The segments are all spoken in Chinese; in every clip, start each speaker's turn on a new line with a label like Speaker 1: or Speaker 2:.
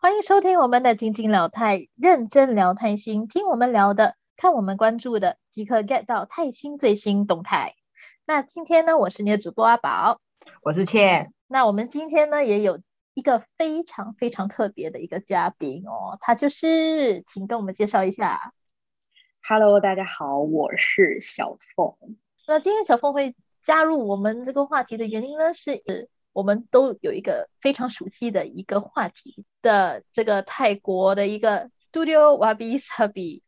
Speaker 1: 欢迎收听我们的《晶晶聊泰认真聊泰新》，听我们聊的，看我们关注的，即刻 get 到泰新最新动态。那今天呢，我是你的主播阿宝。
Speaker 2: 我是倩，
Speaker 1: 那我们今天呢，也有一个非常非常特别的一个嘉宾哦，他就是，请跟我们介绍一下。
Speaker 3: Hello，大家好，我是小凤。
Speaker 1: 那今天小凤会加入我们这个话题的原因呢，是我们都有一个非常熟悉的一个话题的这个泰国的一个 Studio Wabi Sabi。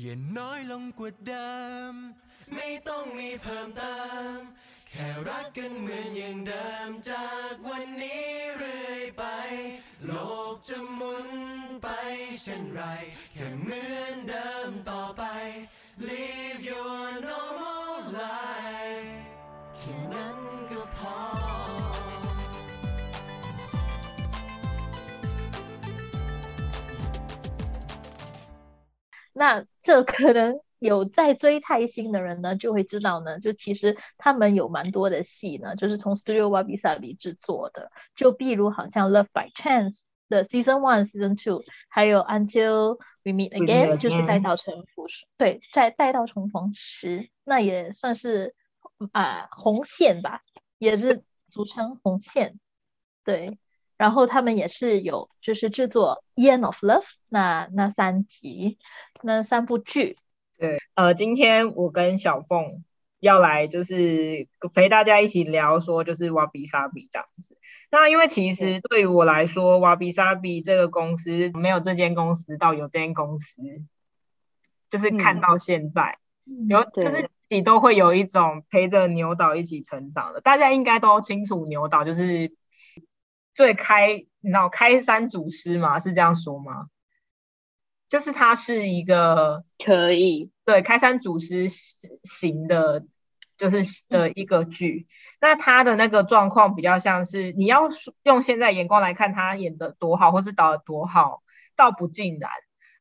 Speaker 4: อย่างน้อยลงกว่าเดิม ไม่ต้องมีเพิ่มเติม แค่รักกันเหมือนอย่างเดิม จากวันนี้เรื่อยไป โลกจะหมุนไปเช่นไร แค่เหมือนเดิมต่อไป Live your normal life แค่นั้นก็พอ
Speaker 1: 那这可能有在追泰星的人呢，就会知道呢，就其实他们有蛮多的戏呢，就是从 Studio Wabi Sabi 制作的，就比如好像《Love by Chance》的 Season One、Season Two，还有《Until We Meet
Speaker 2: We
Speaker 1: Again》，
Speaker 2: Meet
Speaker 1: 就是再
Speaker 2: Again
Speaker 1: 到重逢时，对，再再到重逢时，那也算是啊、红线吧，也是俗称红线，对。然后他们也是有就是制作《End of Love》那那三集，那三部剧，
Speaker 2: 对，呃，今天我跟小凤要来就是陪大家一起聊说就是挖比沙比这样子。那因为其实对于我来说，挖比沙比这个公司没有这间公司到有这间公司，就是看
Speaker 3: 嗯
Speaker 2: 到现在、
Speaker 1: 嗯，
Speaker 2: 有就是
Speaker 3: 对
Speaker 2: 自己都会有一种陪着牛导一起成长的。大家应该都清楚牛导就是最开你知道开山祖师嘛，是这样说吗？就是他是一个。
Speaker 3: 可以，
Speaker 2: 对开山祖师型的，就是的一个剧。那他的那个状况比较像是，你要说用现在眼光来看他演的多好，或是导的多好，倒不尽然，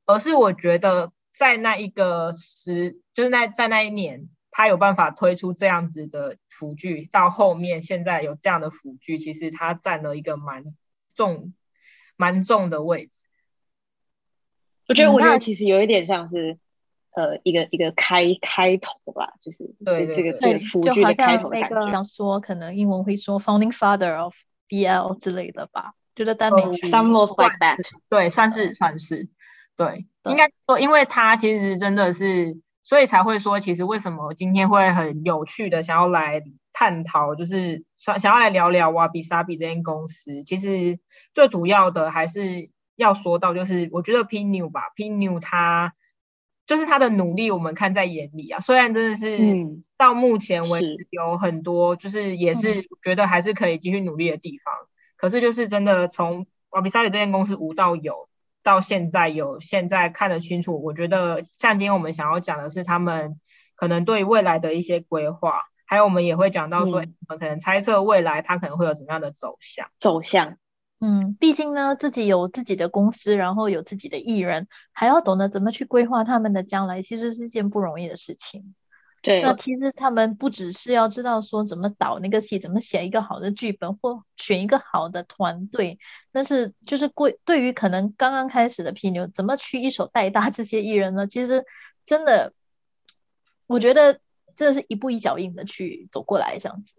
Speaker 2: 而是我觉得在那一个时，就是那在那一年，他有办法推出这样子的辅剧，到后面现在有这样的辅剧，其实他占了一个蛮重、蛮重的位置。
Speaker 3: 我觉得
Speaker 1: 嗯
Speaker 3: 我觉
Speaker 1: 那
Speaker 3: 得其实有一点像是，呃，一个一个开开头吧，就是这
Speaker 2: 对对
Speaker 3: 这个这
Speaker 1: 对，
Speaker 3: 个辅
Speaker 1: 就
Speaker 3: 剧
Speaker 1: 好
Speaker 3: 的开
Speaker 1: 像
Speaker 3: 头的
Speaker 1: 那
Speaker 3: 感
Speaker 1: 个
Speaker 3: 觉。
Speaker 1: 要说可能英文会说 founding father of BL 之类的吧，就是耽美
Speaker 2: 哦
Speaker 1: 剧
Speaker 3: Some of like that，
Speaker 1: 嗯
Speaker 2: 对，算是算是，对，
Speaker 1: 对
Speaker 2: 应该说，因为他其实真的是，所以才会说，其实为什么今天会很有趣的想要来探讨，就是想想要来聊聊哇比萨比这间公司，其实最主要的还是要说到，就是我觉得 P New 吧，P New 他就是他的努力，我们看在眼里啊，虽然真的是。
Speaker 3: 嗯，
Speaker 2: 到目前为
Speaker 3: 是嗯
Speaker 2: 止有很多，就是也是觉得还是可以继续努力的地方。可是就是真的从瓦比萨里这间公司无到有，到现在有，现在看得清楚。我觉得像今天我们想要讲的是他们可能对未来的一些规划，还有我们也会讲到说，
Speaker 3: 嗯
Speaker 2: 诶我们可能猜测未来它可能会有什么样的走向。
Speaker 3: 走向
Speaker 1: 嗯，毕竟呢，自己有自己的公司，然后有自己的艺人，还要懂得怎么去规划他们的将来，其实是一件不容易的事情。
Speaker 3: 对
Speaker 1: 那其实他们不只是要知道说怎么导那个戏，怎么写一个好的剧本，或选一个好的团队，但是就是对对于可能刚刚开始的 P 牛，怎么去一手带大这些艺人呢？其实真的，我觉得真的是一步一脚印的去走过来这样子。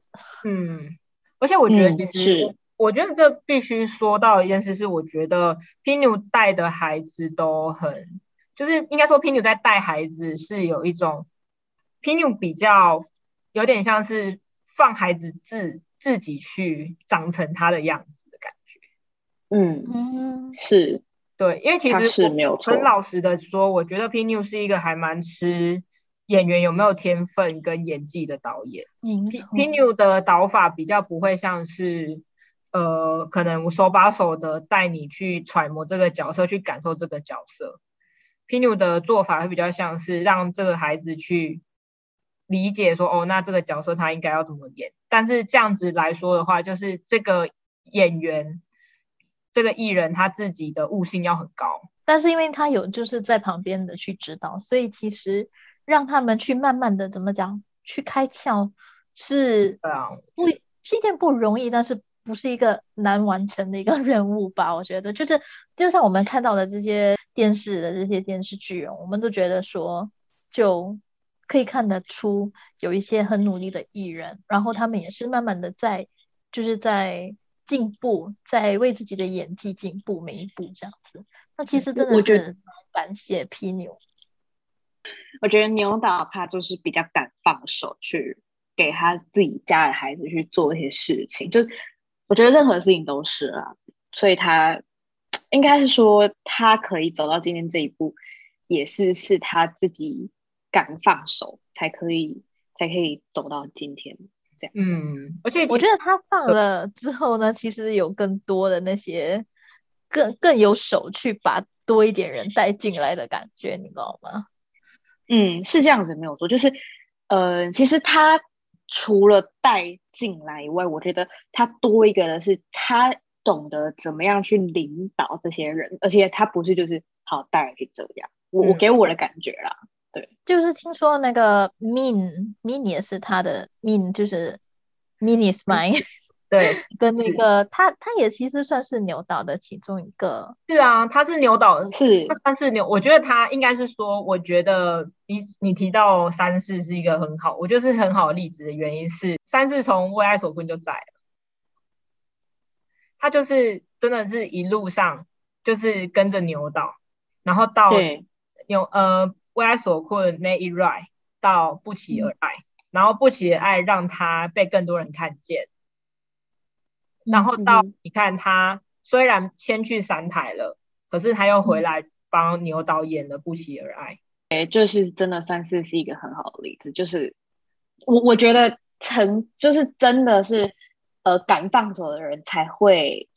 Speaker 2: 嗯，而且我觉得
Speaker 3: 嗯
Speaker 2: 其实，
Speaker 3: 是
Speaker 2: 我觉得这必须说到一件事，是我觉得 Pinu 带的孩子都很，就是应该说 Pinu 在带孩子是有一种 Pinu 比较有点像是放孩子自自己去长成他的样子的感觉。
Speaker 3: 嗯
Speaker 1: 嗯，
Speaker 3: 是
Speaker 2: 对，因为其
Speaker 3: 他
Speaker 2: 实
Speaker 3: 是
Speaker 2: 我
Speaker 3: 没有错
Speaker 2: 很老实的说，我觉得 Pinu 是一个还蛮吃演员有没有天分跟演技的导演。
Speaker 1: 没
Speaker 2: P
Speaker 1: 错
Speaker 2: P New 的导法比较不会像是，呃，可能我手把手的带你去揣摩这个角色，去感受这个角色。P New 的做法会比较像是让这个孩子去理解说，哦，那这个角色他应该要怎么演。但是这样子来说的话，就是这个演员，这个艺人他自己的悟性要很高。
Speaker 1: 但是因为他有就是在旁边的去指导，所以其实让他们去慢慢的怎么讲，去开窍是
Speaker 2: 对啊，
Speaker 1: 不是一件不容易，但是不是一个难完成的一个 任务吧？我觉得就是就像我们看到的这些电视的这些电视剧哦，我们都觉得说就可以看得出有一些很努力的艺人，然后他们也是慢慢的在就是在进步，在为自己的演技进步每一步这样子。那其实真的
Speaker 3: 嗯我觉
Speaker 1: 是感谢 P 牛，
Speaker 3: 我觉得牛导他就是比较敢放手去给他自己家的孩子去做一些事情，就我觉得任何事情都是啊，所以他应该是说他可以走到今天这一步，也是是他自己敢放手才可以才可以走到今天。
Speaker 2: 嗯，而且
Speaker 1: 我
Speaker 2: 其
Speaker 1: 觉得他放了之后呢，其实有更多的那些更更有手去把多一点人带进来的感觉，你知道吗？
Speaker 3: 嗯，是这样子，没有错。就是，呃，其实他除了带进来以外，我觉得他多一个的是，他懂得怎么样去领导这些人，而且他不是就是好带来就这样。我我
Speaker 2: 嗯
Speaker 3: 给我的感觉啦，
Speaker 1: 就是听说那个 Min Min 也是他的 Min，就是 Min is mine
Speaker 2: 嗯对
Speaker 1: 的那个，他他也其实算是牛导的其中一个，
Speaker 2: 是啊，他是牛导，
Speaker 3: 是
Speaker 2: 他算是牛，我觉得他应该是说，我觉得你你提到三四是一个很好，我觉得是很好的例子的原因是，三四从为爱所困就在了，他就是真的是一路上就是跟着牛导，然后到
Speaker 3: 对，
Speaker 2: 牛呃为爱所困 May It Right 到不期而爱，然后不期而爱让他被更多人看见。然后到
Speaker 3: 嗯
Speaker 2: 你看他虽然先去三台了，可是他又回来帮牛导演了《不期而爱》。
Speaker 3: 诶，就是真的三四是一个很好的例子，就是我我觉得成就是真的是呃敢放手的人才会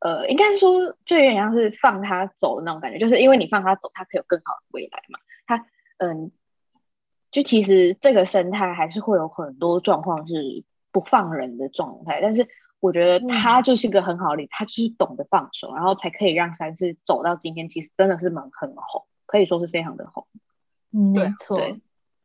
Speaker 3: 呃，应该说就有点像是放他走的那种感觉，就是因为你放他走，他可以有更好的未来嘛。他嗯，就其实这个生态还是会有很多状况是不放人的状态，但是我觉得他就是一个很好的例子，他就是懂得放手，然后才可以让三四走到今天，其实真的是蛮很红，可以说是非常的红。
Speaker 1: 嗯，
Speaker 2: 对
Speaker 1: 没错。
Speaker 3: 对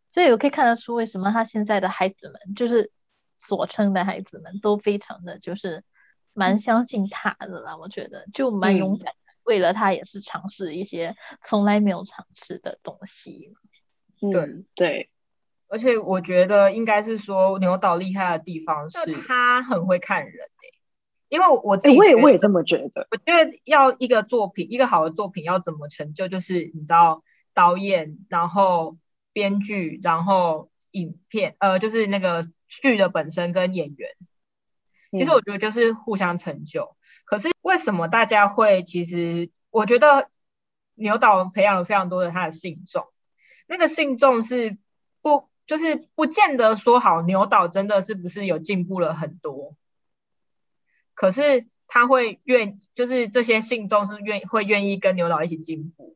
Speaker 1: 所以我可以看得出，为什么他现在的孩子们，就是所称的孩子们，都非常的就是
Speaker 2: 嗯
Speaker 1: 蛮相信他的啦。我觉得就蛮勇
Speaker 3: 嗯
Speaker 1: 敢的，为了他也是尝试一些从来没有尝试的东西。
Speaker 3: 嗯，对，
Speaker 2: 而且我觉得应该是说牛导厉害的地方是他很会看人、欸、因为我自
Speaker 3: 哎、
Speaker 2: 己
Speaker 3: 我也
Speaker 2: 觉得
Speaker 3: 我也这么觉得，
Speaker 2: 我觉得要一个作品，一个好的作品要怎么成就，就是你知道导演，然后编剧，然后影片，呃，就是那个剧的本身跟演员。
Speaker 3: 嗯
Speaker 2: 其实我觉得就是互相成就。可是为什么大家会？其实我觉得牛导培养了非常多的他的信众，那个信众是不就是不见得说好牛导真的是不是有进步了很多，可是他会愿就是这些信众是愿会愿意跟牛导一起进步，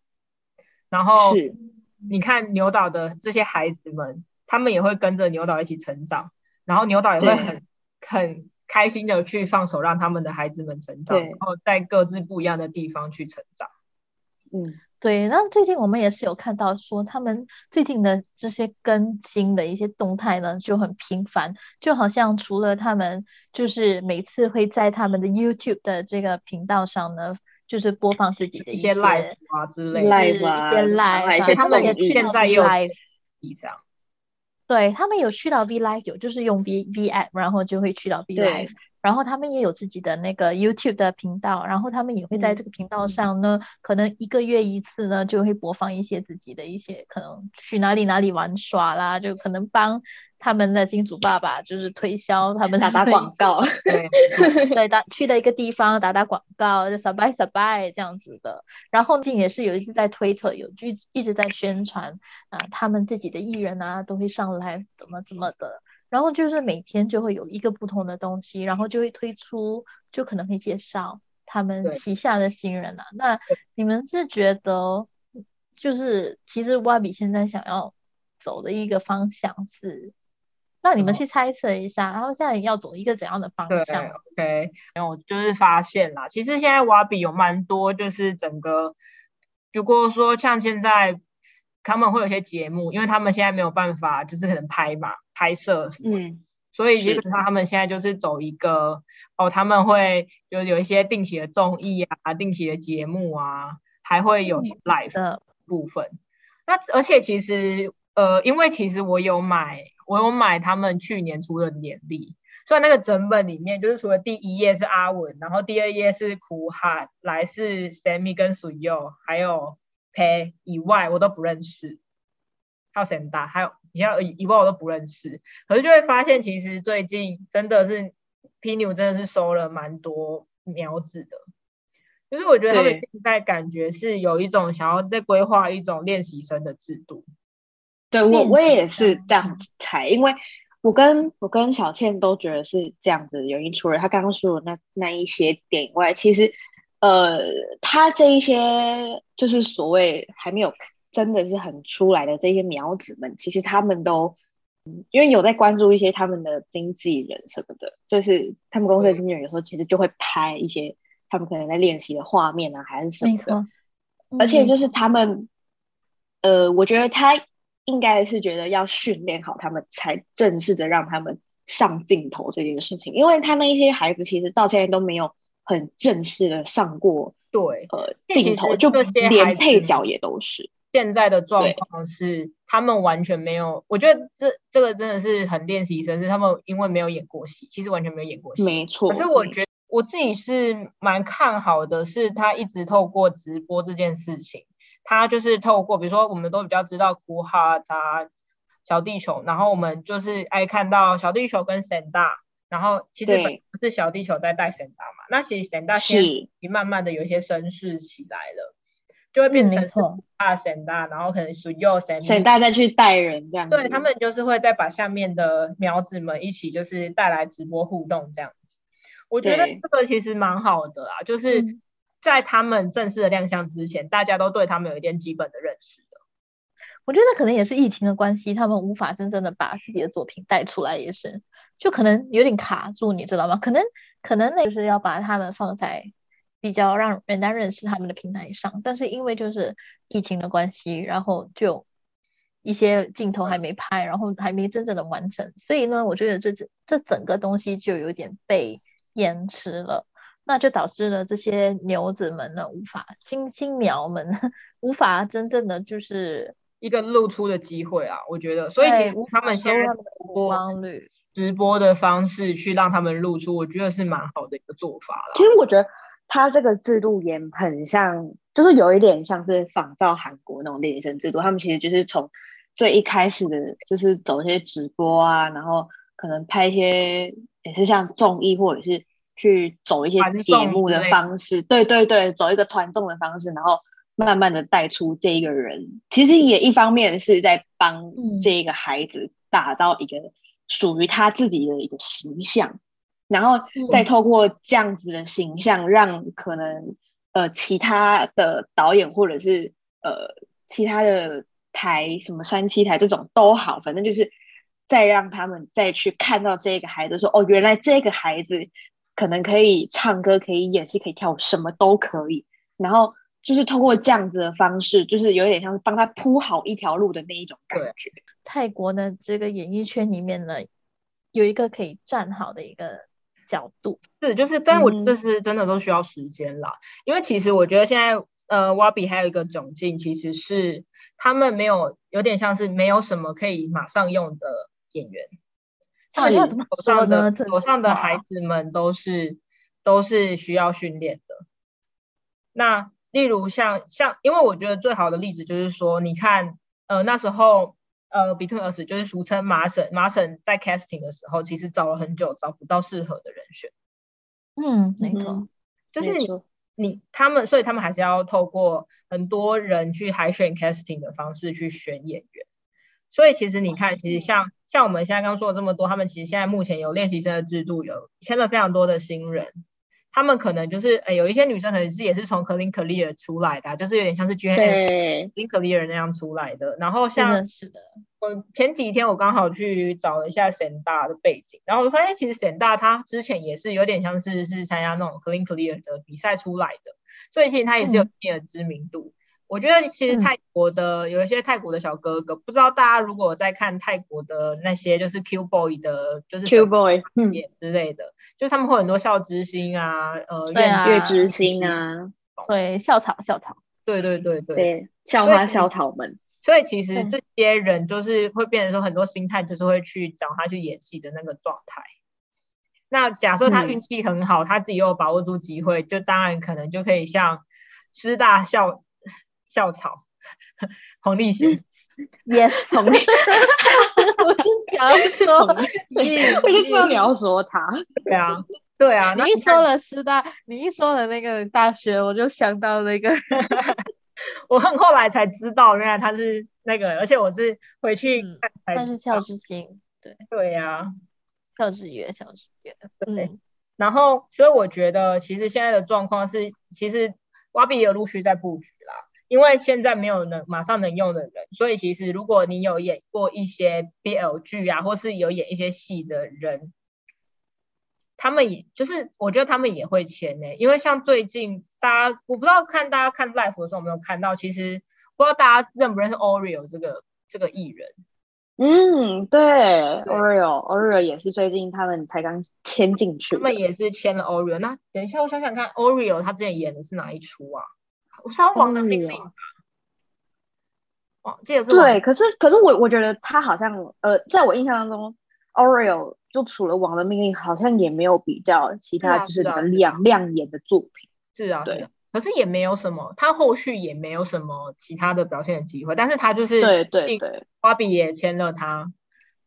Speaker 2: 然后
Speaker 3: 是
Speaker 2: 你看牛导的这些孩子们，他们也会跟着牛导一起成长，然后牛导也会
Speaker 3: 对
Speaker 2: 很很开心的去放手，让他们的孩子们成长，
Speaker 3: 对
Speaker 2: 然后在各自不一样的地方去成长。
Speaker 3: 嗯，
Speaker 1: 对，那最近我们也是有看到说，他们最近的这些更新的一些动态呢，就很频繁，就好像除了他们就是每次会在他们的 YouTube 的这个频道上呢，就是播放自己的
Speaker 2: 一
Speaker 1: 些
Speaker 2: 些 live 啊之类的，
Speaker 3: Live
Speaker 1: 是
Speaker 3: 啊
Speaker 1: 一些 live，
Speaker 3: 然后还有一
Speaker 1: 啊
Speaker 3: 些
Speaker 1: 他们也
Speaker 3: 综艺
Speaker 1: 去到
Speaker 2: 现在也有
Speaker 1: live，
Speaker 2: 这样
Speaker 1: 对，他们有去到 V Live，有就是用 V V App，然后就会去到 V
Speaker 3: 对
Speaker 1: Live，然后他们也有自己的那个 YouTube 的频道，然后他们也会在
Speaker 3: 嗯
Speaker 1: 这个频道上呢，可能一个月一次呢，就会播放一些自己的一些可能去哪里哪里玩耍啦，就可能帮他们的金主爸爸就是推销他们
Speaker 3: 打打
Speaker 1: 的
Speaker 3: 广告，
Speaker 2: 对，
Speaker 1: 对，打去的一个地方打打广告，就 s 拜 b 拜这样子的。然后近也是有一直在推特，有一一直在宣传啊、他们自己的艺人啊都会上来怎么怎么的。然后就是每天就会有一个不同的东西，然后就会推出，就可能会介绍他们
Speaker 2: 对
Speaker 1: 旗下的新人啊。那你们是觉得，就是其实 Wabi 现在想要走的一个方向是，让你们
Speaker 2: 什
Speaker 1: 去
Speaker 2: 么
Speaker 1: 猜测一下，然后现在要走一个怎样的方
Speaker 2: 嗯 对
Speaker 1: 向？啊
Speaker 2: ，OK，然后就是发现啦，其实现在瓦比有蛮多，就是整个，如果说像现在他们会有些节目，因为他们现在没有办法，就是可能拍嘛，拍摄什么的
Speaker 3: 嗯，
Speaker 2: 所以
Speaker 3: 是
Speaker 2: 基本上他们现在就是走一个哦，他们会就是有一些定期的综艺啊、定期的节目啊，还会有
Speaker 1: 嗯
Speaker 2: live
Speaker 1: 的，
Speaker 2: 部分。那而且其实呃，因为其实我有买，我有买他们去年出的年历，所以那个整本里面就是除了第一页是阿文，然后第二页是苦海，来是 Sammy 跟 s u y o 还有 Pei 以外，我都不认识。还有沈大，还有以外以外我都不认识，可是就会发现，其实最近真的是 p i n u 真的是收了蛮多苗子的，就是我觉得他们
Speaker 3: 对
Speaker 2: 现在感觉是有一种想要在规划一种练习生的制度，
Speaker 3: 对我
Speaker 1: 练
Speaker 3: 我
Speaker 1: 习
Speaker 3: 也是
Speaker 1: 生
Speaker 3: 这样子猜，因为我跟我跟小倩都觉得是这样子的原因，除了她刚刚说的那那一些点以外，其实呃，她这一些就是所谓还没有真的是很出来的这些苗子们，其实他们都。嗯因为有在关注一些他们的经纪人什么的，就是他们公司的经纪人有时候其实就会拍一些他们可能在练习的画面啊，还是什么
Speaker 1: 没
Speaker 3: 的。
Speaker 1: 错。
Speaker 3: 而且
Speaker 1: 嗯
Speaker 3: 就是他们，呃，我觉得他应该是觉得要训练好他们，才正式的让他们上镜头这件事情，因为他那一些孩子其实到现在都没有很正式的上过
Speaker 2: 对，
Speaker 3: 呃
Speaker 2: 其
Speaker 3: 镜
Speaker 2: 实
Speaker 3: 头，就
Speaker 2: 这些孩
Speaker 3: 连
Speaker 2: 子
Speaker 3: 配角也都是。
Speaker 2: 现在的状
Speaker 3: 对
Speaker 2: 况是，他们完全没有，我觉得这这个真的是很练习生，是他们因为没有演过戏，其实完全没有演过戏，
Speaker 3: 没错，
Speaker 2: 可是我
Speaker 3: 嗯
Speaker 2: 觉得我自己是蛮看好的，是他一直透过直播这件事情，他就是透过比如说我们都比较知道哭哈扎小地球，然后我们就是爱看到小地球跟沈大，然后其实
Speaker 3: 对
Speaker 2: 本来是小地球在带沈大嘛，那其实沈大现在已
Speaker 3: 是
Speaker 2: 经慢慢的有一些声势起来了，就会变
Speaker 1: 嗯没
Speaker 2: 成
Speaker 1: 错
Speaker 2: 大沈大，然后可能属右沈
Speaker 3: 所以大家去带人这样子，
Speaker 2: 对他们就是会再把下面的苗子们一起就是带来直播互动这样子。我觉得
Speaker 3: 对
Speaker 2: 这个其实蛮好的啊，就是
Speaker 1: 嗯
Speaker 2: 在他们正式的亮相之前，大家都对他们有一点基本的认识的。
Speaker 1: 我觉得可能也是疫情的关系，他们无法真正的把自己的作品带出来，也是就可能有点卡住，你知道吗？可能可能那就是要把他们放在比较让人家认识他们的平台上，但是因为就是疫情的关系，然后就一些镜头还没拍，然后还没真正的完成，所以呢，我觉得这这这整个东西就有点被延迟了。那就导致了这些牛子们呢，无法新新苗们无法真正的就是
Speaker 2: 一个露出的机会啊，我觉得，所以其
Speaker 1: 对
Speaker 2: 实
Speaker 1: 无
Speaker 2: 他
Speaker 1: 法
Speaker 2: 们
Speaker 1: 收
Speaker 2: 现在
Speaker 1: 他们的
Speaker 2: 通
Speaker 1: 曝
Speaker 2: 过
Speaker 1: 光率，
Speaker 2: 直播的方式去让他们露出，我觉得是蛮好的一个做法啦。
Speaker 3: 其实我觉得他这个制度也很像，就是有一点像是仿照韩国那种练习生制度。他们其实就是从最一开始的，就是走一些直播啊，然后可能拍一些也是像综艺或者是去走一些
Speaker 2: 团
Speaker 3: 节
Speaker 2: 综
Speaker 3: 目
Speaker 2: 之
Speaker 3: 的
Speaker 2: 类的
Speaker 3: 方式。对对对，走一个团综的方式，然后慢慢的带出这一个人。其实也一方面是在帮
Speaker 1: 嗯
Speaker 3: 这一个孩子打造一个属于他自己的一个形象。然后再
Speaker 1: 嗯
Speaker 3: 透过这样子的形象，让可能呃其他的导演或者是呃其他的台什么三七台这种都好，反正就是再让他们再去看到这个孩子说，哦，原来这个孩子可能可以唱歌，可以演戏，可以跳舞，什么都可以。然后就是透过这样子的方式，就是有点像是帮他铺好一条路的那一种感
Speaker 2: 对
Speaker 3: 觉。
Speaker 1: 泰国的这个演艺圈里面呢，有一个可以站好的一个角度，
Speaker 2: 是，就是，但我觉
Speaker 3: 嗯
Speaker 2: 得是真的都需要时间啦，因为其实我觉得现在呃，Wabi 还有一个窘境，其实是他们没有，有点像是没有什么可以马上用的演员，
Speaker 1: 到底
Speaker 3: 是嗯
Speaker 1: 要怎么
Speaker 2: 手
Speaker 1: 说
Speaker 2: 上的
Speaker 1: 呢？这
Speaker 2: 手上的
Speaker 1: 哇
Speaker 2: 孩子们都是都是需要训练的。那例如像像，因为我觉得最好的例子就是说，你看，呃，那时候呃，Between Us 就是俗称麻省，麻省在 casting 的时候，其实找了很久，找不到适合的人选，
Speaker 1: 嗯，没错
Speaker 3: 嗯，
Speaker 2: 就是
Speaker 3: 没
Speaker 2: 你
Speaker 3: 错
Speaker 2: 你他们，所以他们还是要透过很多人去海选 casting 的方式去选演员。所以其实你
Speaker 1: 哦
Speaker 2: 看，其实像像我们现在刚说了这么多，他们其实现在目前有练习生的制度，有签了非常多的新人。他们可能就是，呃，有一些女生可能是也是从 Clean Clear 出来的啊、就是有点像是 G N
Speaker 3: 对，
Speaker 2: Clean Clear 那样出来的。然后
Speaker 1: 真
Speaker 2: 像
Speaker 1: 的是的，
Speaker 2: 我前几天我刚好去找了一下沈大的背景，然后我发现其实沈大他之前也是有点像
Speaker 3: 嗯
Speaker 2: 是是参加那种 Clean Clear 的比赛出来的，所以其实他也是有一定的知名度。我觉得其实
Speaker 1: 嗯
Speaker 2: 泰国的、有一些泰国的小哥哥，不知道大家如果在看泰国的那些就是 Q Boy 的，就是
Speaker 3: Q Boy，嗯，
Speaker 2: 片之类的，就他们会有很多笑之星啊，呃，
Speaker 1: 对啊
Speaker 3: 月之星啊，
Speaker 1: 对，校草校 草，
Speaker 2: 对对对对，
Speaker 3: 对，校
Speaker 2: 所以
Speaker 3: 花
Speaker 2: 其
Speaker 3: 校
Speaker 2: 实
Speaker 3: 草们，
Speaker 2: 所以其实
Speaker 1: 对
Speaker 2: 这些人就是会变成说很多心态就是会去找他去演戏的那个状态。那假设他
Speaker 3: 嗯
Speaker 2: 运气很好，他自己又有把握住机会，就当然可能就可以像师大校校草黄立行，
Speaker 1: yes，
Speaker 3: 同类，
Speaker 1: 我就想要说，
Speaker 3: 我就知道你要说他，
Speaker 2: 嗯对啊，对啊。那
Speaker 1: 你一
Speaker 2: 看
Speaker 1: 说了师大，你一说了那个大学，我就想到那个，
Speaker 2: 我很后来才知道，原来他是那个，而且我是回去
Speaker 1: 嗯
Speaker 2: 看 才
Speaker 1: 但是
Speaker 2: 知
Speaker 1: 校
Speaker 2: 道
Speaker 1: 之星，对，
Speaker 2: 对啊呀、
Speaker 1: 校之约，校之约，
Speaker 2: 对
Speaker 1: 嗯，
Speaker 2: 然后，所以我觉得其实现在的状况是，其实挖比也有陆续在布局啦，因为现在没有能马上能用的人，所以其实如果你有演过一些 BL 剧啊，或是有演一些戏的人，他们也就是我觉得他们也会签呢、因为像最近大家我不知道看大家看 l i f e 的时候有没有看到，其实不知道大家认不认识 Oreo 这个这个艺人，
Speaker 3: 嗯，对，Oreo，Oreo 也是最近他们才刚签进去
Speaker 2: 他
Speaker 3: 的，
Speaker 2: 们也是签了 Oreo。那等一下我想想看，Oreo 他之前演的是哪一出啊？我是他王的命令
Speaker 3: Oreo
Speaker 2: 吧？哦，这个是王
Speaker 3: 对，可是可是我我觉得他好像呃，在我印象当中，Oreo 就除了《王的命令》，好像也没有比较其
Speaker 2: 啊
Speaker 3: 他就是是比
Speaker 2: 啊
Speaker 3: 较
Speaker 2: 是啊
Speaker 3: 亮亮眼的作品。
Speaker 2: 是啊，是
Speaker 3: 对
Speaker 2: 啊。可是也没有什么，他后续也没有什么其他的表现的机会，但是他就是
Speaker 3: 对对
Speaker 2: 进
Speaker 3: 对，
Speaker 2: 花比也签了他，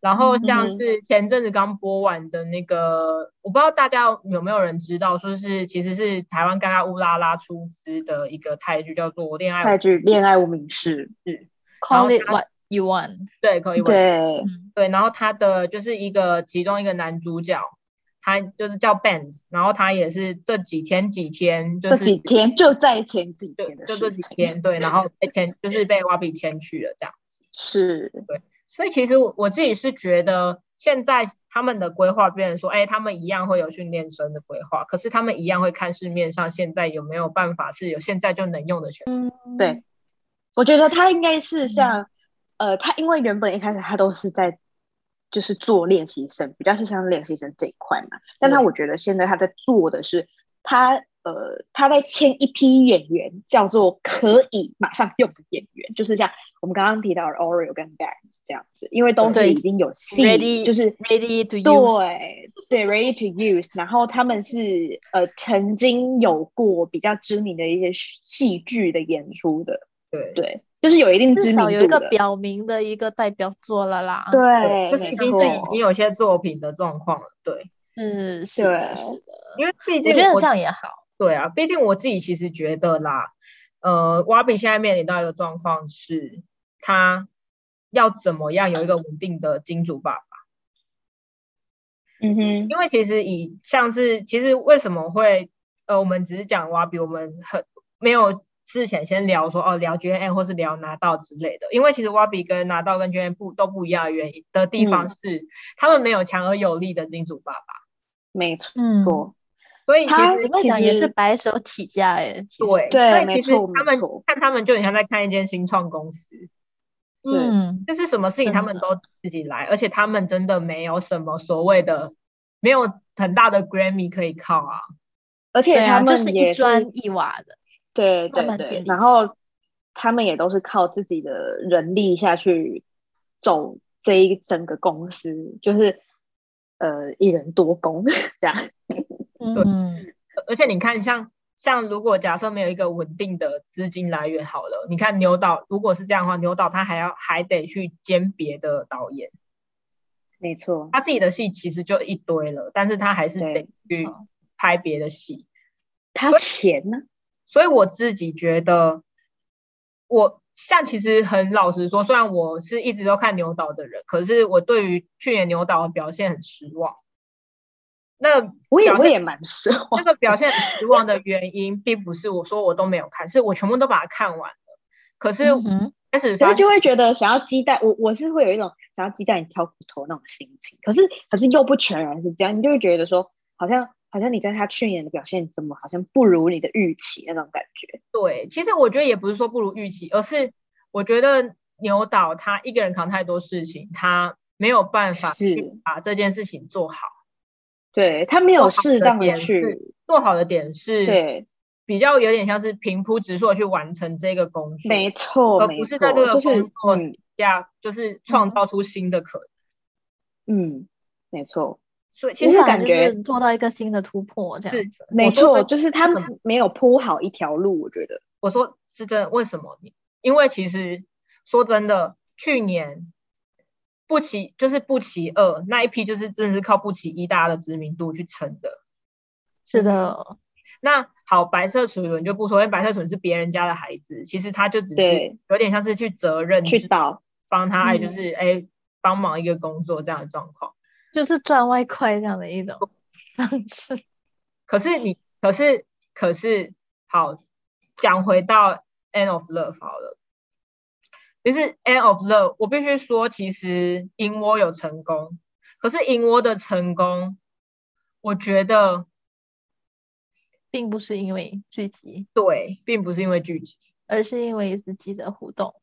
Speaker 2: 然后像
Speaker 3: 嗯
Speaker 2: 是前阵子刚播完的那个，我不知道大家有没有人知道，说是其实是台湾刚刚乌拉拉出资的一个泰剧，叫做《恋爱
Speaker 3: 泰
Speaker 2: 我
Speaker 3: 剧《恋爱无名氏》
Speaker 2: 然后
Speaker 1: Call it
Speaker 2: 他
Speaker 1: what you want，
Speaker 2: 对可以我
Speaker 3: 对，
Speaker 1: 嗯，
Speaker 2: 对，然后他的就是一个其中一个男主角，他就是叫 Benz，然后他也是这几天几天就
Speaker 3: 这
Speaker 2: 是
Speaker 3: 几天就在前几
Speaker 2: 就
Speaker 3: 天的
Speaker 2: 就
Speaker 3: 事
Speaker 2: 这几
Speaker 3: 情，
Speaker 2: 天对，然后被签就是被挖比签去了这样。
Speaker 3: 是
Speaker 2: 所以其实我我自己是觉得，现在他们的规划变成说，哎，他们一样会有训练生的规划，可是他们一样会看市面上现在有没有办法是有现在就能用的选择。
Speaker 3: 对，我觉得他应该
Speaker 1: 嗯
Speaker 3: 是像，呃，他因为原本一开始他都是在就是做练习生，比较是像练习生这一块嘛。但他
Speaker 2: 对
Speaker 3: 我觉得现在他在做的是，他呃他在签一批演员，叫做可以马上用的演员，就是像我们刚刚提到的 Oreo 跟 b a n 这样子，因为东西
Speaker 1: 对
Speaker 3: 已经有戏，
Speaker 1: Ready-
Speaker 3: 就是
Speaker 1: ，ready to use，
Speaker 3: 对对，ready to use。然后他们是呃曾经有过比较知名的一些戏剧的演出的。
Speaker 2: 对
Speaker 3: 对，就是有一定知
Speaker 1: 至
Speaker 3: 名
Speaker 1: 少
Speaker 3: 度
Speaker 1: 有一个
Speaker 3: 的
Speaker 1: 表明的一个代表作了啦，
Speaker 3: 嗯对，
Speaker 2: 就是
Speaker 3: 没
Speaker 2: 已经是已
Speaker 3: 错
Speaker 2: 经有些作品的状况了，对，
Speaker 1: 是是的，
Speaker 3: 对
Speaker 1: 是的，
Speaker 2: 因为毕
Speaker 1: 我
Speaker 2: 竟
Speaker 1: 觉得
Speaker 2: 我
Speaker 1: 这样也好，
Speaker 2: 对啊，毕竟我自己其实觉得啦，呃，瓦比现在面临到一个状况是，他要怎么样有一个稳定的金主爸爸？
Speaker 3: 嗯哼，
Speaker 2: 因为其实以像是其实为什么会呃，我们只是讲瓦比，我们很没有之前先聊说哦聊 G N 或是聊拿到之类的，因为其实瓦比跟拿到跟 G N 不都不一样的原因的地方
Speaker 3: 嗯
Speaker 2: 是，他们没有强而有力的金主爸爸，
Speaker 3: 没错。
Speaker 1: 嗯，
Speaker 2: 所以其
Speaker 3: 他
Speaker 2: 实
Speaker 1: 怎么讲也
Speaker 3: 其
Speaker 1: 是
Speaker 3: 实
Speaker 1: 白手起家哎，其实
Speaker 2: 对，
Speaker 3: 对
Speaker 2: 所以
Speaker 3: 没
Speaker 2: 其实
Speaker 3: 错
Speaker 2: 他
Speaker 3: 没
Speaker 2: 们
Speaker 3: 错
Speaker 2: 看他们就很像在看一间新创公司，
Speaker 3: 对
Speaker 1: 嗯，
Speaker 2: 就是什么事情
Speaker 1: 真
Speaker 2: 他
Speaker 1: 的
Speaker 2: 们都自己来，而且他们真的没有什么所谓的，没有很大的 Grammy 可以靠啊。
Speaker 3: 而且
Speaker 1: 对
Speaker 3: 他
Speaker 1: 啊，就
Speaker 3: 们
Speaker 1: 是
Speaker 3: 也
Speaker 1: 一砖一瓦的，
Speaker 3: 对
Speaker 1: 慢
Speaker 3: 对
Speaker 1: 慢建
Speaker 3: 对
Speaker 1: 立，
Speaker 3: 然
Speaker 1: 起
Speaker 3: 后他们也都是靠自己的人力下去走这一整个公司，就是呃一人多工 这样。
Speaker 1: 嗯，
Speaker 2: 而且你看像，像如果假设没有一个稳定的资金来源，好了，你看牛导，如果是这样的话，牛导他还要还得去兼别的导演，
Speaker 3: 没错，
Speaker 2: 他自己的戏其实就一堆了，但是他还是得去拍别的戏。
Speaker 3: 他钱呢？
Speaker 2: 所以我自己觉得，我像其实很老实说，虽然我是一直都看牛导的人，可是我对于去年牛导的表现很失望。那
Speaker 3: 我也
Speaker 2: 表
Speaker 3: 我
Speaker 2: 现
Speaker 3: 也蛮失
Speaker 2: 那
Speaker 3: 望。
Speaker 2: 个表现很失望的原因，并不是我说我都没有看，是我全部都把它看完了。可是
Speaker 1: 嗯哼
Speaker 2: 开始发
Speaker 3: 可
Speaker 2: 现
Speaker 3: 是就，会觉得想要鸡蛋，我我是会有一种想要鸡蛋里挑骨头那种心情，可是可是又不全然是这样，你就会觉得说好像好像你在他去年的表现怎么好像不如你的预期那种感觉。
Speaker 2: 对，其实我觉得也不是说不如预期，而是我觉得牛导他一个人扛太多事情，他没有办法去
Speaker 3: 是
Speaker 2: 把这件事情做好。
Speaker 3: 对他没
Speaker 2: 做
Speaker 3: 有
Speaker 2: 好
Speaker 3: 适
Speaker 2: 哦的
Speaker 3: 当的
Speaker 2: 点
Speaker 3: 去
Speaker 2: 是，嗯做好的点是，
Speaker 3: 对，
Speaker 2: 比较有点像是平铺直述地去完成这个工作，
Speaker 3: 没错，
Speaker 2: 嗯而
Speaker 3: 没
Speaker 2: 不是
Speaker 3: 错，
Speaker 2: 在这个
Speaker 3: 就
Speaker 2: 工
Speaker 3: 是
Speaker 2: 作
Speaker 3: 嗯
Speaker 2: 下就是创造出新的可能。
Speaker 3: 嗯，没错。
Speaker 2: 所以其
Speaker 1: 无
Speaker 2: 实
Speaker 1: 法
Speaker 3: 感
Speaker 1: 就
Speaker 3: 觉
Speaker 1: 是做到一个新的突破这样
Speaker 2: 是
Speaker 1: 子。
Speaker 3: 没
Speaker 2: 我说
Speaker 3: 错，
Speaker 2: 的
Speaker 3: 就是他
Speaker 2: 怎么
Speaker 3: 没有铺好一条路，我觉得
Speaker 2: 我说是真的，为什么你？因为其实说真的，去年不期就是不期二那一批，就是真的是靠不期一大家的知名度去撑的。
Speaker 1: 是的，
Speaker 2: 那好，白色楚轮就不说，因为白色楚轮是别人家的孩子，其实他就只是
Speaker 3: 对
Speaker 2: 有点嗯像是去责任
Speaker 3: 去
Speaker 2: 制
Speaker 3: 导，
Speaker 2: 帮他，
Speaker 1: 嗯
Speaker 2: 就是哎、帮忙一个工作这样的状况。
Speaker 1: 就是赚外快这样的一种方式。
Speaker 2: 可是你，可是可是好，讲回到 end of love 好了，就是 end of love，我必须说，其实银窝有成功，可是银窝的成功，我觉得
Speaker 1: 并不是因为剧集，
Speaker 2: 对，并不是因为剧集，
Speaker 1: 而是因为自己的互动。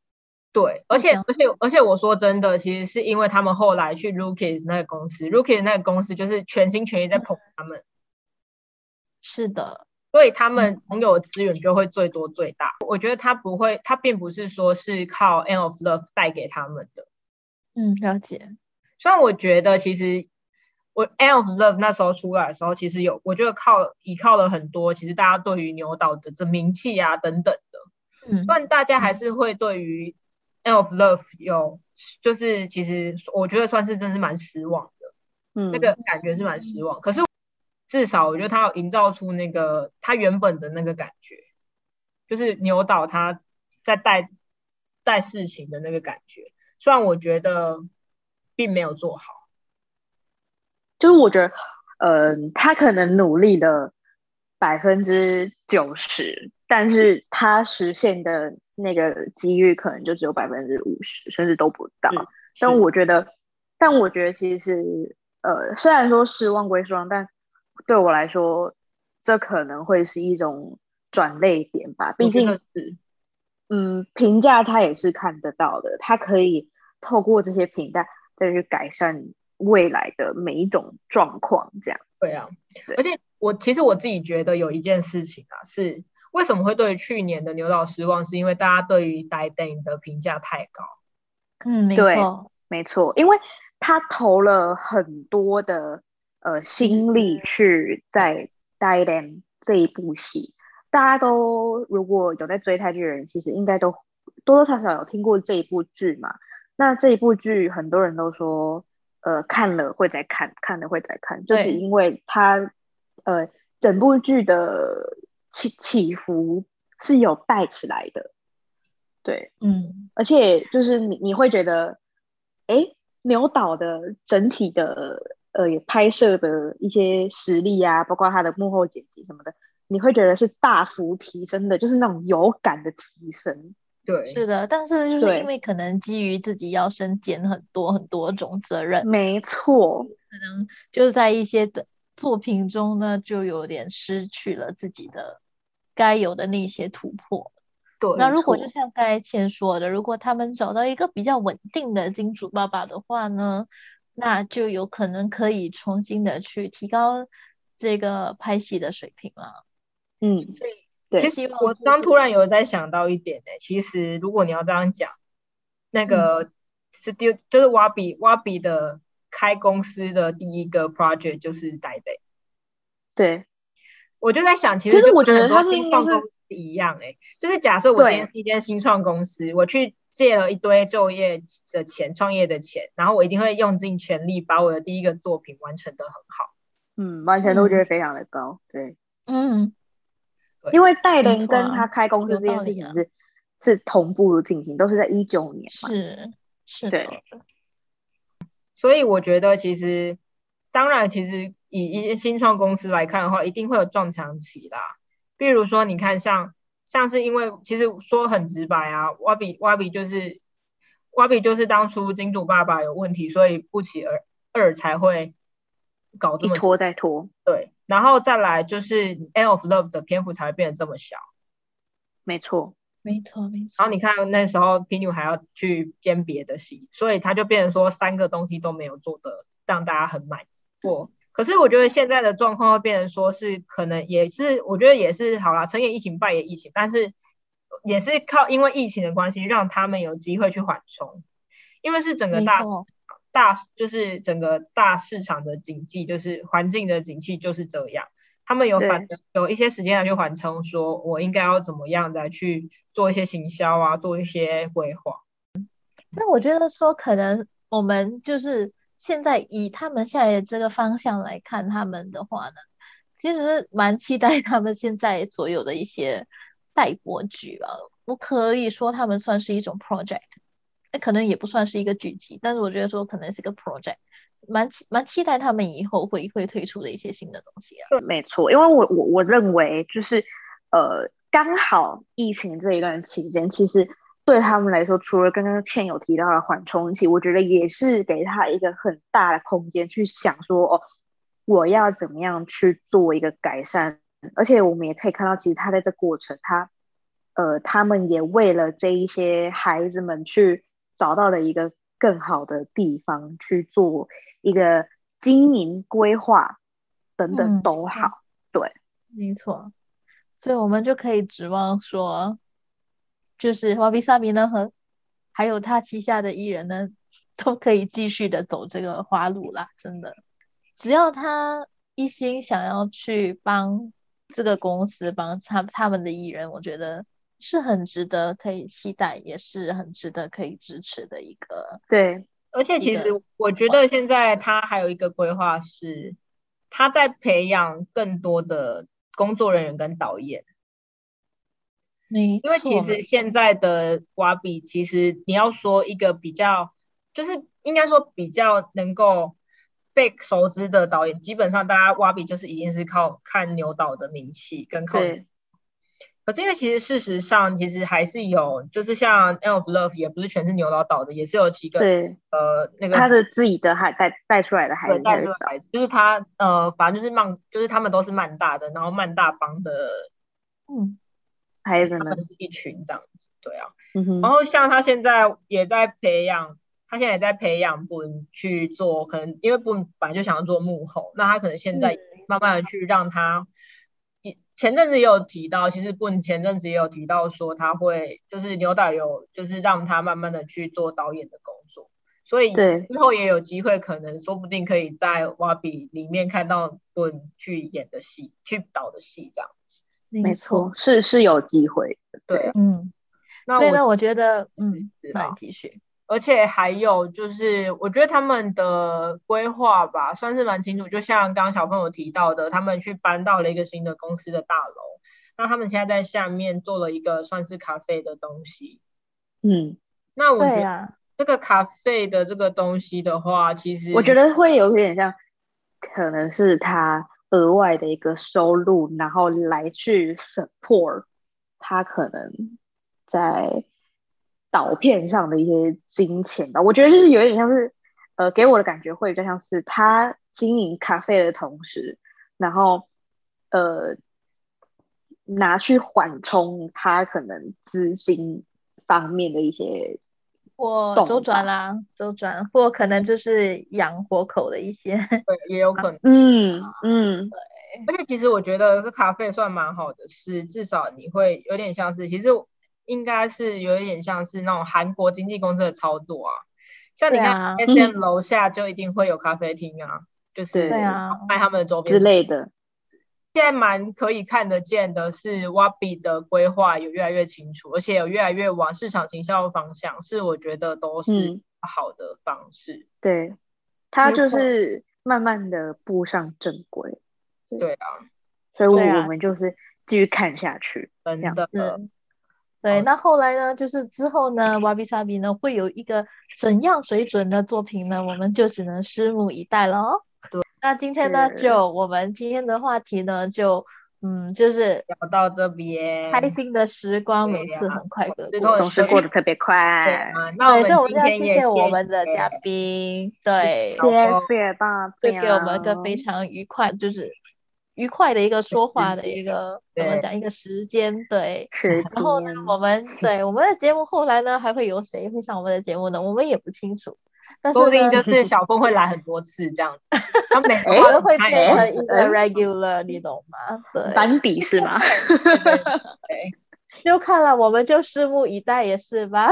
Speaker 2: 对，而且
Speaker 1: 想
Speaker 2: 而且而且我说真的，其实是因为他们后来去 Rookie 那个公司，Rookie 那个公司就是全心全意在捧他们，
Speaker 1: 是的，
Speaker 2: 所以他们拥有的资源就会最多最大。我觉得他不会，他并不是说是靠 end of love 带给他们的。
Speaker 1: 嗯，了解。
Speaker 2: 虽然我觉得其实我 end of love 那时候出来的时候，其实有我觉得靠依靠了很多，其实大家对于牛岛的这名气啊等等的，
Speaker 1: 嗯
Speaker 2: 虽然大家还是会对于 end of love 有就是其实我觉得算是真是蛮失望的，
Speaker 3: 嗯，
Speaker 2: 那个感觉是蛮失望。可是至少我觉得他有营造出那个他原本的那个感觉，就是牛岛他在带带事情的那个感觉，虽然我觉得并没有做好。
Speaker 3: 就是我觉得，嗯、他可能努力了百分之九十，但是他实现的那个机遇可能就只有百分之五十，甚至都不到。
Speaker 2: 是
Speaker 3: 但我觉得，但我觉得其实，呃，虽然说失望归失望，但对我来说，这可能会是一种转捩点吧。毕
Speaker 2: 我觉
Speaker 3: 竟
Speaker 2: 得是
Speaker 3: 嗯，评价他也是看得到的，他可以透过这些评价再去改善未来的每一种状况，这样。
Speaker 2: 这样
Speaker 3: 对。
Speaker 2: 啊而且我其实我自己觉得有一件事情啊，是为什么会对去年的牛岛失望，是因为大家对于 d i d a n 的评价太高。
Speaker 1: 嗯，没
Speaker 3: 对
Speaker 1: 错，
Speaker 3: 没错，因为他投了很多的呃心力去在《d i d a m 这一部戏，大家都如果有在追泰剧的人，其实应该都多多少少有听过这一部剧嘛。那这一部剧很多人都说，呃，看了会再看，看了会再看，就
Speaker 1: 对
Speaker 3: 是因为它呃整部剧的起起伏是有带起来的，对。
Speaker 1: 嗯，
Speaker 3: 而且就是你你会觉得，诶，牛岛的整体的呃拍摄的一些实力啊，包括它的幕后剪辑什么的，你会觉得是大幅提升的，就是那种有感的提升。
Speaker 2: 对，
Speaker 1: 是的。但是就是
Speaker 3: 对
Speaker 1: 因为可能基于自己要身兼很多很多种责任，
Speaker 3: 没错，
Speaker 1: 可能就在一些的作品中呢，就有点失去了自己的该有的那些突破。
Speaker 2: 对
Speaker 1: 那
Speaker 3: 没
Speaker 1: 如果就
Speaker 3: 错
Speaker 1: 像刚才倩说的，如果他们找到一个比较稳定的金主爸爸的话呢，那就有可能可以重新的去提高这个拍戏的水平了。
Speaker 3: 嗯，对
Speaker 2: 其
Speaker 1: 希
Speaker 2: 实
Speaker 1: 望
Speaker 2: 我
Speaker 1: 就
Speaker 2: 刚
Speaker 1: 是
Speaker 2: 突然有在想到一点呢、其实如果你要这样讲，那
Speaker 3: 嗯
Speaker 2: 个 studio 就是瓦比瓦比的开公司的第一个 project 就是 d i d a n
Speaker 3: 对，
Speaker 2: 我就在想，其
Speaker 3: 其
Speaker 2: 实
Speaker 3: 实
Speaker 2: 就
Speaker 3: 我
Speaker 2: 跟
Speaker 3: 觉
Speaker 2: 很
Speaker 3: 得
Speaker 2: 多
Speaker 3: 它是
Speaker 2: 新
Speaker 3: 应
Speaker 2: 创
Speaker 3: 该是
Speaker 2: 公司一样、欸，就是假设我今
Speaker 3: 对
Speaker 2: 天是一间新创公司，我去借了一堆就业的钱、创业的钱，然后我一定会用尽全力把我的第一个作品完成的很好。
Speaker 3: 嗯，完全
Speaker 1: 嗯
Speaker 3: 都觉得非常的高，对。
Speaker 1: 嗯，
Speaker 2: 对
Speaker 3: 因为戴
Speaker 1: 没
Speaker 3: 伦
Speaker 1: 错
Speaker 3: 跟
Speaker 1: 啊
Speaker 3: 他开公司
Speaker 1: 有
Speaker 3: 这件
Speaker 1: 道
Speaker 3: 事
Speaker 1: 理
Speaker 3: 情
Speaker 1: 啊
Speaker 3: 是、是同步进行，都是在一九年嘛。
Speaker 1: 是是
Speaker 3: 对
Speaker 1: 的，
Speaker 2: 所以我觉得，其实当然，其实以一些新创公司来看的话，一定会有撞墙期啦。比如说，你看像像是因为其实说很直白啊，瓦比瓦比就是瓦比就是当初金主爸爸有问题，所以不期而二才会搞这
Speaker 3: 一
Speaker 2: 么
Speaker 3: 拖再拖，
Speaker 2: 对。然后再来就是 End of Love 的篇幅才会变得这么小。
Speaker 3: 没错，
Speaker 1: 没错没
Speaker 2: 然
Speaker 1: 错
Speaker 2: 后，你看那时候 P 女还要去兼别的戏，所以他就变成说三个东西都没有做的让大家很满意过。可是我觉得现在的状况会变成说是可能也是，我觉得也是好啦，成也疫情，败也疫情，但是也是靠因为疫情的关系，让他们有机会去缓冲，因为是整个
Speaker 1: 没
Speaker 2: 大
Speaker 1: 错，
Speaker 2: 大就是整个大市场的景气，就是环境的景气就是这样。他们有
Speaker 3: 对
Speaker 2: 反有一些时间来去缓冲，说我应该要怎么样来去做一些行销啊，做一些规划。
Speaker 1: 那我觉得说，可能我们就是现在以他们现在的这个方向来看他们的话呢，其实蛮期待他们现在所有的一些待播剧啊。我可以说他们算是一种 project，那可能也不算是一个剧集，但是我觉得说可能是个 project，蛮期蛮期待他们以后会会推出的一些新的东西啊。
Speaker 3: 没错，因为我我我认为就是呃，刚好疫情这一段期间，其实对他们来说，除了刚刚倩有提到的缓冲期，我觉得也是给他一个很大的空间去想说，哦，我要怎么样去做一个改善。而且我们也可以看到，其实他在这过程，他呃，他们也为了这一些孩子们去找到了一个更好的地方去做一个经营规划等等
Speaker 1: 嗯
Speaker 3: 都好。
Speaker 1: 没错，所以我们就可以指望说，就是瓦比萨米呢和还有他旗下的艺人呢，都可以继续的走这个花路啦。真的，只要他一心想要去帮这个公司帮他他们的艺人，我觉得是很值得可以期待，也是很值得可以支持的一个。
Speaker 3: 对，
Speaker 2: 而且其
Speaker 1: 是的
Speaker 2: 实我觉得现在他还有一个规划是，他在培养更多的工作人员跟导演。
Speaker 1: 没
Speaker 2: 因为
Speaker 1: 错
Speaker 2: 其
Speaker 1: 没
Speaker 2: 实现在的瓦比，其实你要说一个比较，就是应该说比较能够被熟知的导演，基本上大家瓦比就是一定是靠看牛导的名气跟靠。
Speaker 3: 对，
Speaker 2: 可是因为其实事实上，其实还是有，就是像《End of Love》也不是全是牛导导的，也是有几个
Speaker 3: 对，
Speaker 2: 呃那个
Speaker 3: 他的自己的孩带带出来的孩
Speaker 2: 对
Speaker 3: 子，
Speaker 2: 带出来的孩子，就是他呃反正就是曼，就是他们都是曼大的，然后曼大帮的
Speaker 1: 嗯，
Speaker 3: 孩子
Speaker 2: 他
Speaker 3: 们
Speaker 2: 们，是一群这样子，对啊。
Speaker 3: 嗯哼，
Speaker 2: 然后像他现在也在培养，他现在也在培养 Boon 去做，可能因为 Boon 本来就想要做幕后，那他可能现
Speaker 1: 嗯
Speaker 2: 在慢慢的去让他。也前阵子也有提到，其实 Boon 前阵子也有提到说他会，就是牛导有就是让他慢慢的去做导演的工作，所以
Speaker 3: 对
Speaker 2: 之后也有机会，可能说不定可以在瓦比里面看到 Boon 去演的戏，去导的戏这样。
Speaker 1: 没
Speaker 3: 没错，，是是有机会的，
Speaker 2: 对啊，
Speaker 1: 嗯，
Speaker 2: 那
Speaker 1: 所以
Speaker 2: 我
Speaker 1: 呢，我觉得，嗯，
Speaker 2: 是
Speaker 1: 那
Speaker 2: 啊
Speaker 1: 你继续，
Speaker 2: 而且还有就是，我觉得他们的规划吧，算是蛮清楚。就像刚刚小朋友提到的，他们去搬到了一个新的公司的大楼，那他们现在在下面做了一个算是咖啡的东西。
Speaker 3: 嗯，
Speaker 2: 那我觉
Speaker 1: 对
Speaker 2: 得
Speaker 1: 啊。
Speaker 2: 这个咖啡的这个东西的话，其实
Speaker 3: 我觉得会有点像，可能是他额外的一个收入，然后来去 support 他可能在导片上的一些金钱吧。我觉得就是有点像是，呃，给我的感觉会比较像是他经营咖啡的同时，然后呃拿去缓冲他可能资金方面的一些
Speaker 1: 或
Speaker 3: 动
Speaker 1: 周转
Speaker 3: 吧
Speaker 1: 啦，周转或可能就是养活口的一些，
Speaker 2: 对也有可能。
Speaker 3: 嗯嗯，
Speaker 2: 而且其实我觉得这咖啡算蛮好的是，至少你会有点像是，其实应该是有点像是那种韩国经纪公司的操作啊。像你
Speaker 1: 对
Speaker 2: 看
Speaker 1: 啊
Speaker 2: S M 楼下就一定会有咖啡厅啊，就是
Speaker 3: 对
Speaker 1: 对啊，
Speaker 2: 卖他们的周边
Speaker 3: 之。类的，
Speaker 2: 现在蛮可以看得见的是，Wabi 的规划有越来越清楚，而且有越来越往市场行销的方向，是我觉得都是
Speaker 3: 嗯
Speaker 2: 好的方式。
Speaker 3: 对，他
Speaker 1: 没
Speaker 3: 就
Speaker 1: 错
Speaker 3: 是慢慢的步上正轨，
Speaker 2: 对啊，
Speaker 3: 所以我
Speaker 1: 对啊
Speaker 3: 们就是继续看下去。
Speaker 2: 真
Speaker 3: 这样
Speaker 2: 的，
Speaker 1: 嗯，对。
Speaker 2: 好
Speaker 1: 那后来呢，就是之后呢，瓦比萨比呢会有一个怎样水准的作品呢？我们就只能拭目以待了哦。对，那今天呢，
Speaker 3: 是
Speaker 1: 就我们今天的话题呢，就嗯，就是
Speaker 2: 聊到这边，
Speaker 1: 开心的时光
Speaker 2: 对
Speaker 1: 每次
Speaker 2: 呀
Speaker 1: 很快地
Speaker 2: 这
Speaker 1: 过
Speaker 2: 都
Speaker 3: 总是过得特别
Speaker 2: 对
Speaker 3: 快，
Speaker 2: 啊，那
Speaker 1: 对，所以
Speaker 2: 我
Speaker 1: 我们
Speaker 2: 们今
Speaker 1: 要
Speaker 2: 天
Speaker 1: 谢
Speaker 2: 也
Speaker 1: 谢我们的
Speaker 2: 谢
Speaker 1: 嘉宾，对，
Speaker 2: 好
Speaker 3: 谢谢大
Speaker 1: 就
Speaker 3: 家，
Speaker 1: 给我们一个非常愉快，就是愉快的一个说话
Speaker 2: 时
Speaker 1: 的一
Speaker 2: 间
Speaker 1: 个怎么
Speaker 2: 对
Speaker 1: 讲一个时间，对。
Speaker 3: 是
Speaker 1: 然后呢，我们对我们的节目后来呢，还会有谁会上我们的节目呢？我们也不清楚，但
Speaker 2: 说不
Speaker 1: 是
Speaker 2: 定
Speaker 1: 呢，
Speaker 2: 就是小凤会来很多次这样子，他每
Speaker 3: 哎
Speaker 1: 我
Speaker 2: 个
Speaker 1: 们会
Speaker 2: 哎
Speaker 1: 变成一
Speaker 3: 哎
Speaker 1: 个 regular，你懂吗？对，
Speaker 3: 班底是吗？
Speaker 1: 就看了，我们就拭目以待，也是吧？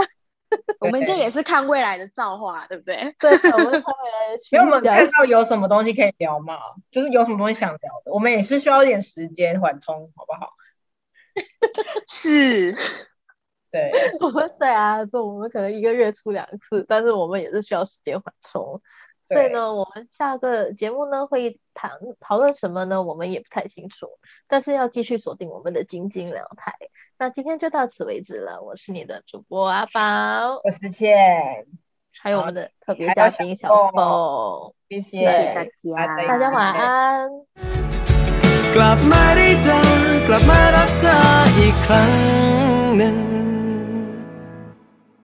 Speaker 3: 我们这也是看未来的造化，对不对？
Speaker 1: 对，我们 稍微
Speaker 2: 因为我们
Speaker 1: 寻找
Speaker 2: 看到有什么东西可以聊嘛，就是有什么东西想聊的，我们也是需要一点时间缓冲，好不好？
Speaker 3: 是，
Speaker 2: 对，
Speaker 1: 我们对啊，就我们可能一个月出两次，但是我们也是需要时间缓冲。所以
Speaker 2: 对
Speaker 1: 呢，我们下个节目呢会谈讨论什么呢？我们也不太清楚，但是要继续锁定我们的晶晶聊台。那今天就到此为止了，我是你的主播阿宝，
Speaker 2: 我是倩，
Speaker 1: 还有我
Speaker 2: 好
Speaker 1: 们的特别
Speaker 2: 还
Speaker 1: 嘉
Speaker 2: 有小
Speaker 1: 宾小
Speaker 2: 凤
Speaker 1: 凤，
Speaker 2: 谢谢
Speaker 1: 谢谢大
Speaker 2: 拜拜
Speaker 1: 大家晚安。
Speaker 4: กลับมาได้เจอกลับมารักเธออีกครั้งหนึ่ง